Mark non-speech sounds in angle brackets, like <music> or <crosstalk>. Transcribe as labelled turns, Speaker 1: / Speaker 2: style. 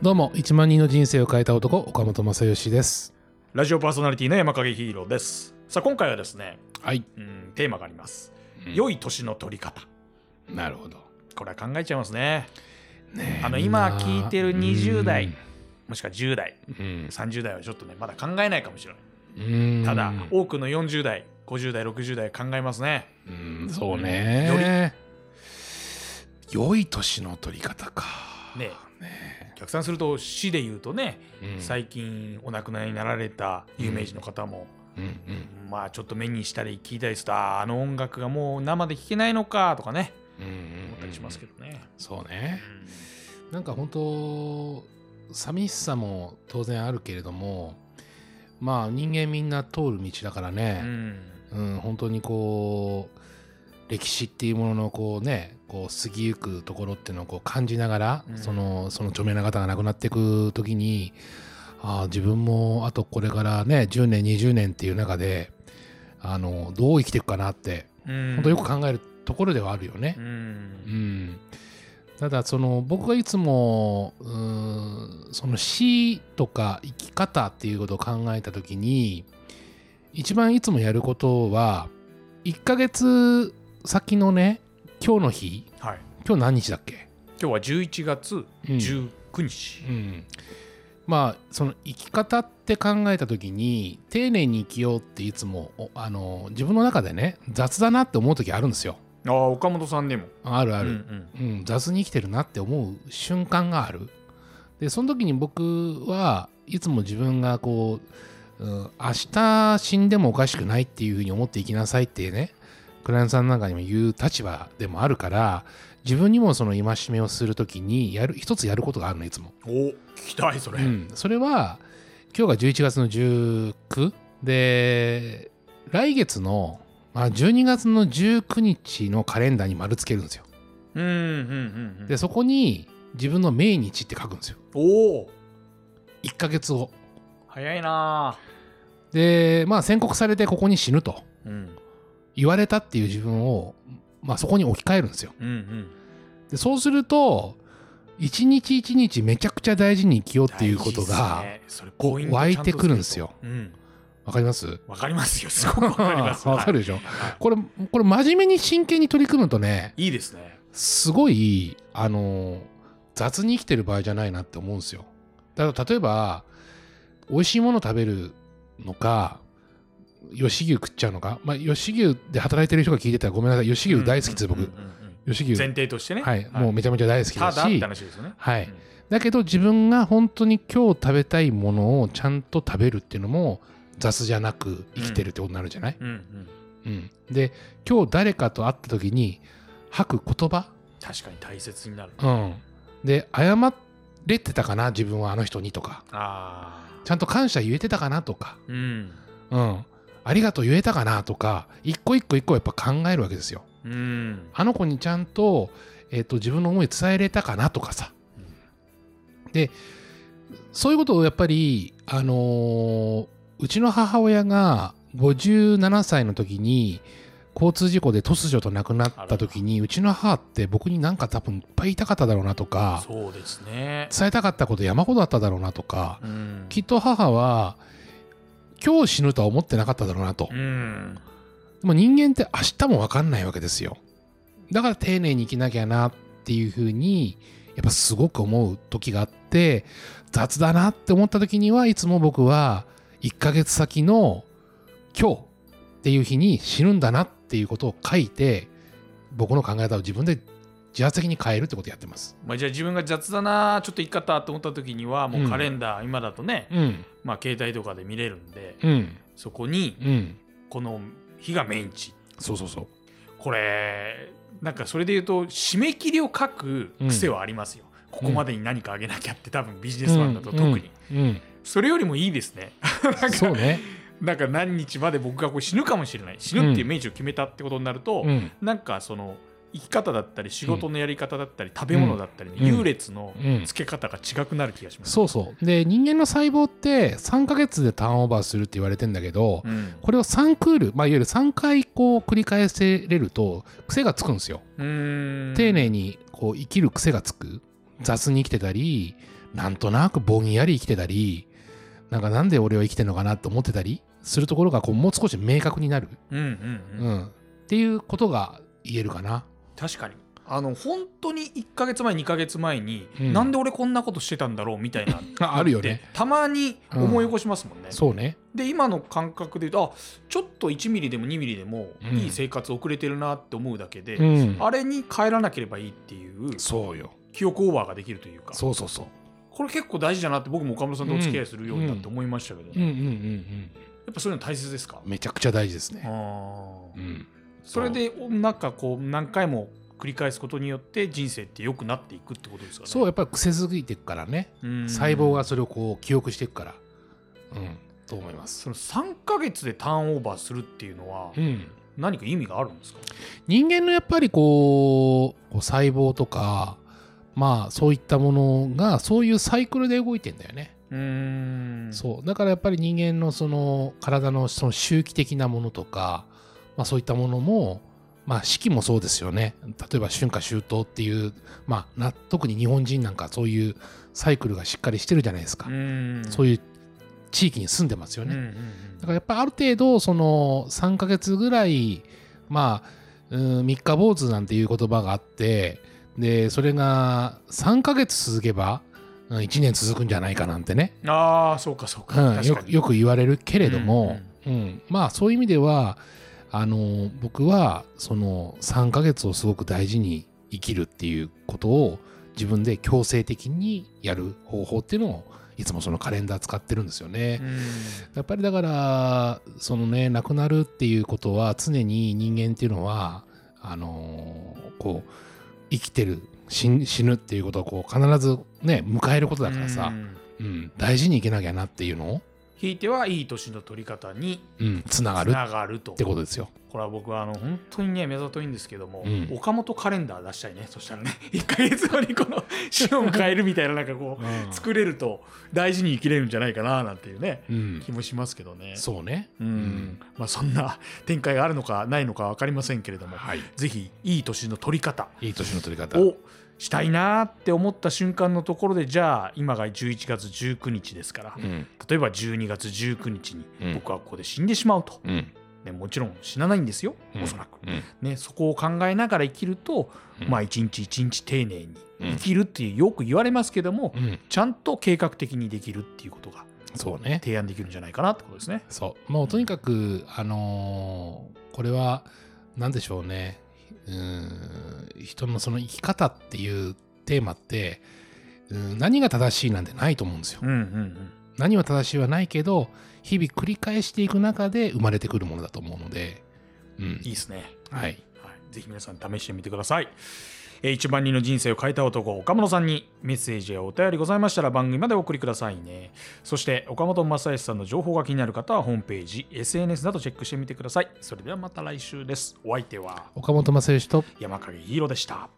Speaker 1: どうも1万人の人生を変えた男岡本正義です
Speaker 2: ラジオパーソナリティの山影ヒーローです。さあ今回はですね、
Speaker 1: はい、
Speaker 2: うん、テーマがあります。良い年の取り方。
Speaker 1: なるほど
Speaker 2: これは考えちゃいますね。
Speaker 1: ねえ
Speaker 2: あの今
Speaker 1: みんな
Speaker 2: 聞いてる20代
Speaker 1: う
Speaker 2: もしくは10代、
Speaker 1: ん
Speaker 2: 30代はちょっとね、まだ考えないかもしれない。
Speaker 1: うん
Speaker 2: ただ、
Speaker 1: う
Speaker 2: 多くの40代、50代、60代考えますね。
Speaker 1: んそうね良い年の取り方か
Speaker 2: ね
Speaker 1: ね
Speaker 2: 逆算すると死で言うとね、
Speaker 1: えうん
Speaker 2: 最近お亡くなりになられた有名人の方も、
Speaker 1: うんうん
Speaker 2: まあちょっと目にしたり聞いたりすると、あーあの音楽がもう生で聴けないのかとかね、
Speaker 1: うん
Speaker 2: 思っ
Speaker 1: うんう
Speaker 2: たり
Speaker 1: ん
Speaker 2: しますけどね。
Speaker 1: そうね
Speaker 2: うん
Speaker 1: なんか本当寂しさも当然あるけれどもまあ人間みんな通る道だからね、
Speaker 2: うん
Speaker 1: うん、本当にこう歴史っていうもののこうねこう過ぎゆくところっていうのをこう感じながら、
Speaker 2: うん
Speaker 1: そのその著名な方が亡くなっていく時にああ自分もあとこれからね10年20年っていう中であのどう生きていくかなって
Speaker 2: うん
Speaker 1: 本当よく考えるところではあるよね。
Speaker 2: う
Speaker 1: うんん、ただその僕がいつもうーんその死とか生き方っていうことを考えた時に一番いつもやることは1ヶ月先のね今日の日
Speaker 2: はい、
Speaker 1: 今日何日だっけ、
Speaker 2: 今日は11月
Speaker 1: うん
Speaker 2: 19日
Speaker 1: う、ん、まあその生き方って考えた時に丁寧に生きようっていつもおあの自分の中でね雑だなって思う時あるんですよ。
Speaker 2: ああ岡本さんでも
Speaker 1: あるあ
Speaker 2: あ
Speaker 1: る。
Speaker 2: うん
Speaker 1: うん、雑に生きてるなって思う瞬間があるでその時に僕はいつも自分がこう、うん、明日死んでもおかしくないっていうふうに思っていきなさいってねクライアントさんなんかにも言う立場でもあるから自分にもその戒めをする時にやる一つやることがあるのいつも、
Speaker 2: うんお聞きたいそれ、
Speaker 1: うん、それは今日が11月の19で来月の、まあ、12月の19日のカレンダーに丸つけるんですよ
Speaker 2: うんうんうんうん
Speaker 1: でそこに自分の命日って書くんですよ
Speaker 2: おお
Speaker 1: 1ヶ月後
Speaker 2: 早いなあ
Speaker 1: でまあ宣告されてここに死ぬと
Speaker 2: うん
Speaker 1: 言われたっていう自分を、まあ、そこに置き換えるんですよ
Speaker 2: うんうん
Speaker 1: でそうすると一日一日めちゃくちゃ大事に生きよう <laughs> っていうことが
Speaker 2: 大事ですねそれ
Speaker 1: こ
Speaker 2: ポイン
Speaker 1: う
Speaker 2: ト
Speaker 1: 湧い
Speaker 2: ちゃん
Speaker 1: て
Speaker 2: と
Speaker 1: くるんですよ
Speaker 2: うん
Speaker 1: わかります
Speaker 2: わかりますよすごくわかりま
Speaker 1: <laughs>
Speaker 2: す
Speaker 1: わかる
Speaker 2: は
Speaker 1: でしょ
Speaker 2: いは
Speaker 1: これこれ真面目に真剣に取り組むとね
Speaker 2: いいいですね
Speaker 1: すごいあの雑に生きてる場合じゃないなって思うんですよ。だから例えば美味しいもの食べるのか吉牛食っちゃうのか、まあ、吉牛で働いてる人が聞いてたらごめんなさい吉牛大好きです、
Speaker 2: うんうん
Speaker 1: 僕
Speaker 2: うんうん
Speaker 1: 吉牛、
Speaker 2: 前提としてね
Speaker 1: はいもうめちゃめちゃ大好き
Speaker 2: た
Speaker 1: だ
Speaker 2: だって
Speaker 1: し
Speaker 2: 話ですよね
Speaker 1: は
Speaker 2: う
Speaker 1: い
Speaker 2: ん、
Speaker 1: だけど自分が本当に今日食べたいものをちゃんと食べるっていうのも雑じゃなく生きてるってことになるじゃない、
Speaker 2: うんうん
Speaker 1: うん、で今日誰かと会った時に吐く言葉
Speaker 2: 確かに大切になる
Speaker 1: うん、で謝れてたかな自分はあの人にとか
Speaker 2: ああ
Speaker 1: ちゃんと感謝言えてたかなとか、
Speaker 2: うん
Speaker 1: うん、ありがとう言えたかなとか一個一個一個やっぱ考えるわけですよ。
Speaker 2: うん
Speaker 1: あの子にちゃんと,、えっと自分の思い伝えれたかなとかさそういうことをやっぱり、あのーうちの母親が57歳の時に交通事故で突如と亡くなった時にうちの母って僕になんか多分いっぱい言いたかっただろうなとか
Speaker 2: そうですね
Speaker 1: 伝えたかったこと山ほどあっただろうなとか
Speaker 2: うん
Speaker 1: きっと母は今日死ぬとは思ってなかっただろうなと
Speaker 2: う。ん
Speaker 1: でも人間って明日も分かんないわけですよ。だから丁寧に生きなきゃなっていうふうにやっぱすごく思う時があって雑だなって思った時にはいつも僕は1ヶ月先の今日っていう日に死ぬんだなっていうことを書いて僕の考え方を自分で自発的に変えるってことをやってます。
Speaker 2: まあ、じゃあ自分が雑だなちょっと行き方と思った時にはもううんカレンダー、今だとね、
Speaker 1: うん、
Speaker 2: まあ、携帯とかで見れるんで
Speaker 1: うん、
Speaker 2: そこに
Speaker 1: うん。
Speaker 2: この日がメイン日
Speaker 1: そうそうそう。
Speaker 2: これなんかそれで言うと締め切りを書く癖はありますよ、ここまでに何かあげなきゃって多分ビジネスマンだと特に、
Speaker 1: うん、
Speaker 2: それよりもいいですねなんか
Speaker 1: そう <laughs> ね、
Speaker 2: なんか何日まで僕がこう死ぬかもしれない死ぬっていう命を決めたってことになると、
Speaker 1: うん
Speaker 2: なんかその生き方だったり仕事のやり方だったり食べ物だったり、ね
Speaker 1: うん
Speaker 2: 優劣の
Speaker 1: うん、
Speaker 2: つけ方が違くなる気がします。
Speaker 1: そうそうで人間の細胞って3ヶ月でターンオーバーするって言われてんだけど、
Speaker 2: うん
Speaker 1: これを3クール、まあ、いわゆる3回こう繰り返せれると癖がつくんですよ
Speaker 2: うーん
Speaker 1: 丁寧にこう生きる癖がつく雑に生きてたりなんとなくぼんやり生きてたりなんかなんで俺は生きてんのかなと思ってたりするところがこうもう少し明確になる、
Speaker 2: うんうん
Speaker 1: う
Speaker 2: うん
Speaker 1: ん、っていうことが言えるかな。
Speaker 2: 確かにあの本当に1か月前2か月前に、
Speaker 1: うん
Speaker 2: なんで俺こんなことしてたんだろうみたいな
Speaker 1: ああるよね。
Speaker 2: たまに思い起こしますもんね、
Speaker 1: そうね。
Speaker 2: で今の感覚で言うとあちょっと1ミリでも2ミリでも
Speaker 1: うん
Speaker 2: いい生活遅れてるなって思うだけで、
Speaker 1: うん、
Speaker 2: あれに帰らなければいいっていう
Speaker 1: そうよ。
Speaker 2: 記憶オーバーができるというか
Speaker 1: そうそうそう。
Speaker 2: これ結構大事だなって僕も岡村さんとお付き合いするようになって思いましたけどね、
Speaker 1: うんうん
Speaker 2: や
Speaker 1: うん
Speaker 2: っぱそういうの大切ですか
Speaker 1: うん。めちゃくちゃ大事ですね。
Speaker 2: あー
Speaker 1: うん、
Speaker 2: それでおなんかこう何回も繰り返すことによって人生って良くなっていくってことですかね
Speaker 1: そうやっぱり癖づいていくからね、
Speaker 2: うん
Speaker 1: 細胞がそれをこう記憶していくから、うん、と思います
Speaker 2: そ。の3ヶ月でターンオーバーするっていうのは
Speaker 1: うん、
Speaker 2: 何か意味があるんですか、
Speaker 1: 人間のやっぱりこうこう細胞とかまあそういったものがそういうサイクルで動いてんだよね。
Speaker 2: うーん
Speaker 1: そうだからやっぱり人間のその体のその周期的なものとか、まあ、そういったものも、まあ、四季もそうですよね例えば春夏秋冬っていう、まあ、な特に日本人なんかそういうサイクルがしっかりしてるじゃないですか、
Speaker 2: うん
Speaker 1: そういう地域に住んでますよね、
Speaker 2: うんうん
Speaker 1: だからやっぱりある程度その3ヶ月ぐらいまあうん三日坊主なんていう言葉があってでそれが3ヶ月続けば1年続くんじゃないかなんてね
Speaker 2: うんああそうかそうか,、
Speaker 1: うん、よくよく言われるけれども、うんまあそういう意味ではあの僕はその3ヶ月をすごく大事に生きるっていうことを自分で強制的にやる方法っていうのをいつもそのカレンダー使ってるんですよね。
Speaker 2: う
Speaker 1: やっぱりだからそのね亡くなるっていうことは常に人間っていうのはあのーこう生きてる死ん死ぬっていうことをこう必ずね迎えることだ
Speaker 2: ん
Speaker 1: からさ
Speaker 2: う、ん
Speaker 1: うん、大事に生きなきゃなっていうのを
Speaker 2: ひいてはいい年の取り方に
Speaker 1: うん、つなが
Speaker 2: つ
Speaker 1: るっ
Speaker 2: ながると
Speaker 1: てことですよ。
Speaker 2: これは僕はあの本当にね目ざといんですけども、
Speaker 1: うん
Speaker 2: 岡本カレンダー出したいねそしたらね1 <laughs> ヶ月後にこの死を迎えるみたいななんかこう作れると大事に生きれるんじゃないかななんていうね
Speaker 1: うん、
Speaker 2: 気もしますけどね。
Speaker 1: そうね。
Speaker 2: うんまあ、そんな展開があるのかないのか分かりませんけれども、
Speaker 1: はい。
Speaker 2: ぜひいい年の取り方
Speaker 1: いい年の取り方。
Speaker 2: をしたいなーって思った瞬間のところでじゃあ今が11月19日ですから、
Speaker 1: うん。
Speaker 2: 例えば12月19日に
Speaker 1: うん
Speaker 2: 僕はここで死んでしまうと、
Speaker 1: うん。
Speaker 2: ね、もちろん死なないんですよ、おそらく、
Speaker 1: うん。
Speaker 2: ね、そこを考えながら生きると、
Speaker 1: うん
Speaker 2: まあ一日一日丁寧に
Speaker 1: うん
Speaker 2: 生きるってよく言われますけども、
Speaker 1: うん。
Speaker 2: ちゃんと計画的にできるっていうことが
Speaker 1: そうね。
Speaker 2: 提案できるんじゃないかなってことですね。
Speaker 1: そう。もうとにかく、あのーこれは、なんでしょうね。うーん。人のその生き方っていうテーマって、うん何が正しいなんてないと思うんですよ。
Speaker 2: うんうんうん
Speaker 1: 何は正しいはないけど、日々繰り返していく中で生まれてくるものだと思うので、うん
Speaker 2: いい。ですね、
Speaker 1: はい。
Speaker 2: はい。ぜひ皆さん試してみてください。えー一番人の人生を変えた男岡本さんにメッセージやお便りございましたら番組までお送りくださいねそして岡本正義さんの情報が気になる方はホームページ SNS などチェックしてみてくださいそれではまた来週ですお相手は
Speaker 1: 岡本正義と
Speaker 2: 山影ヒーローでした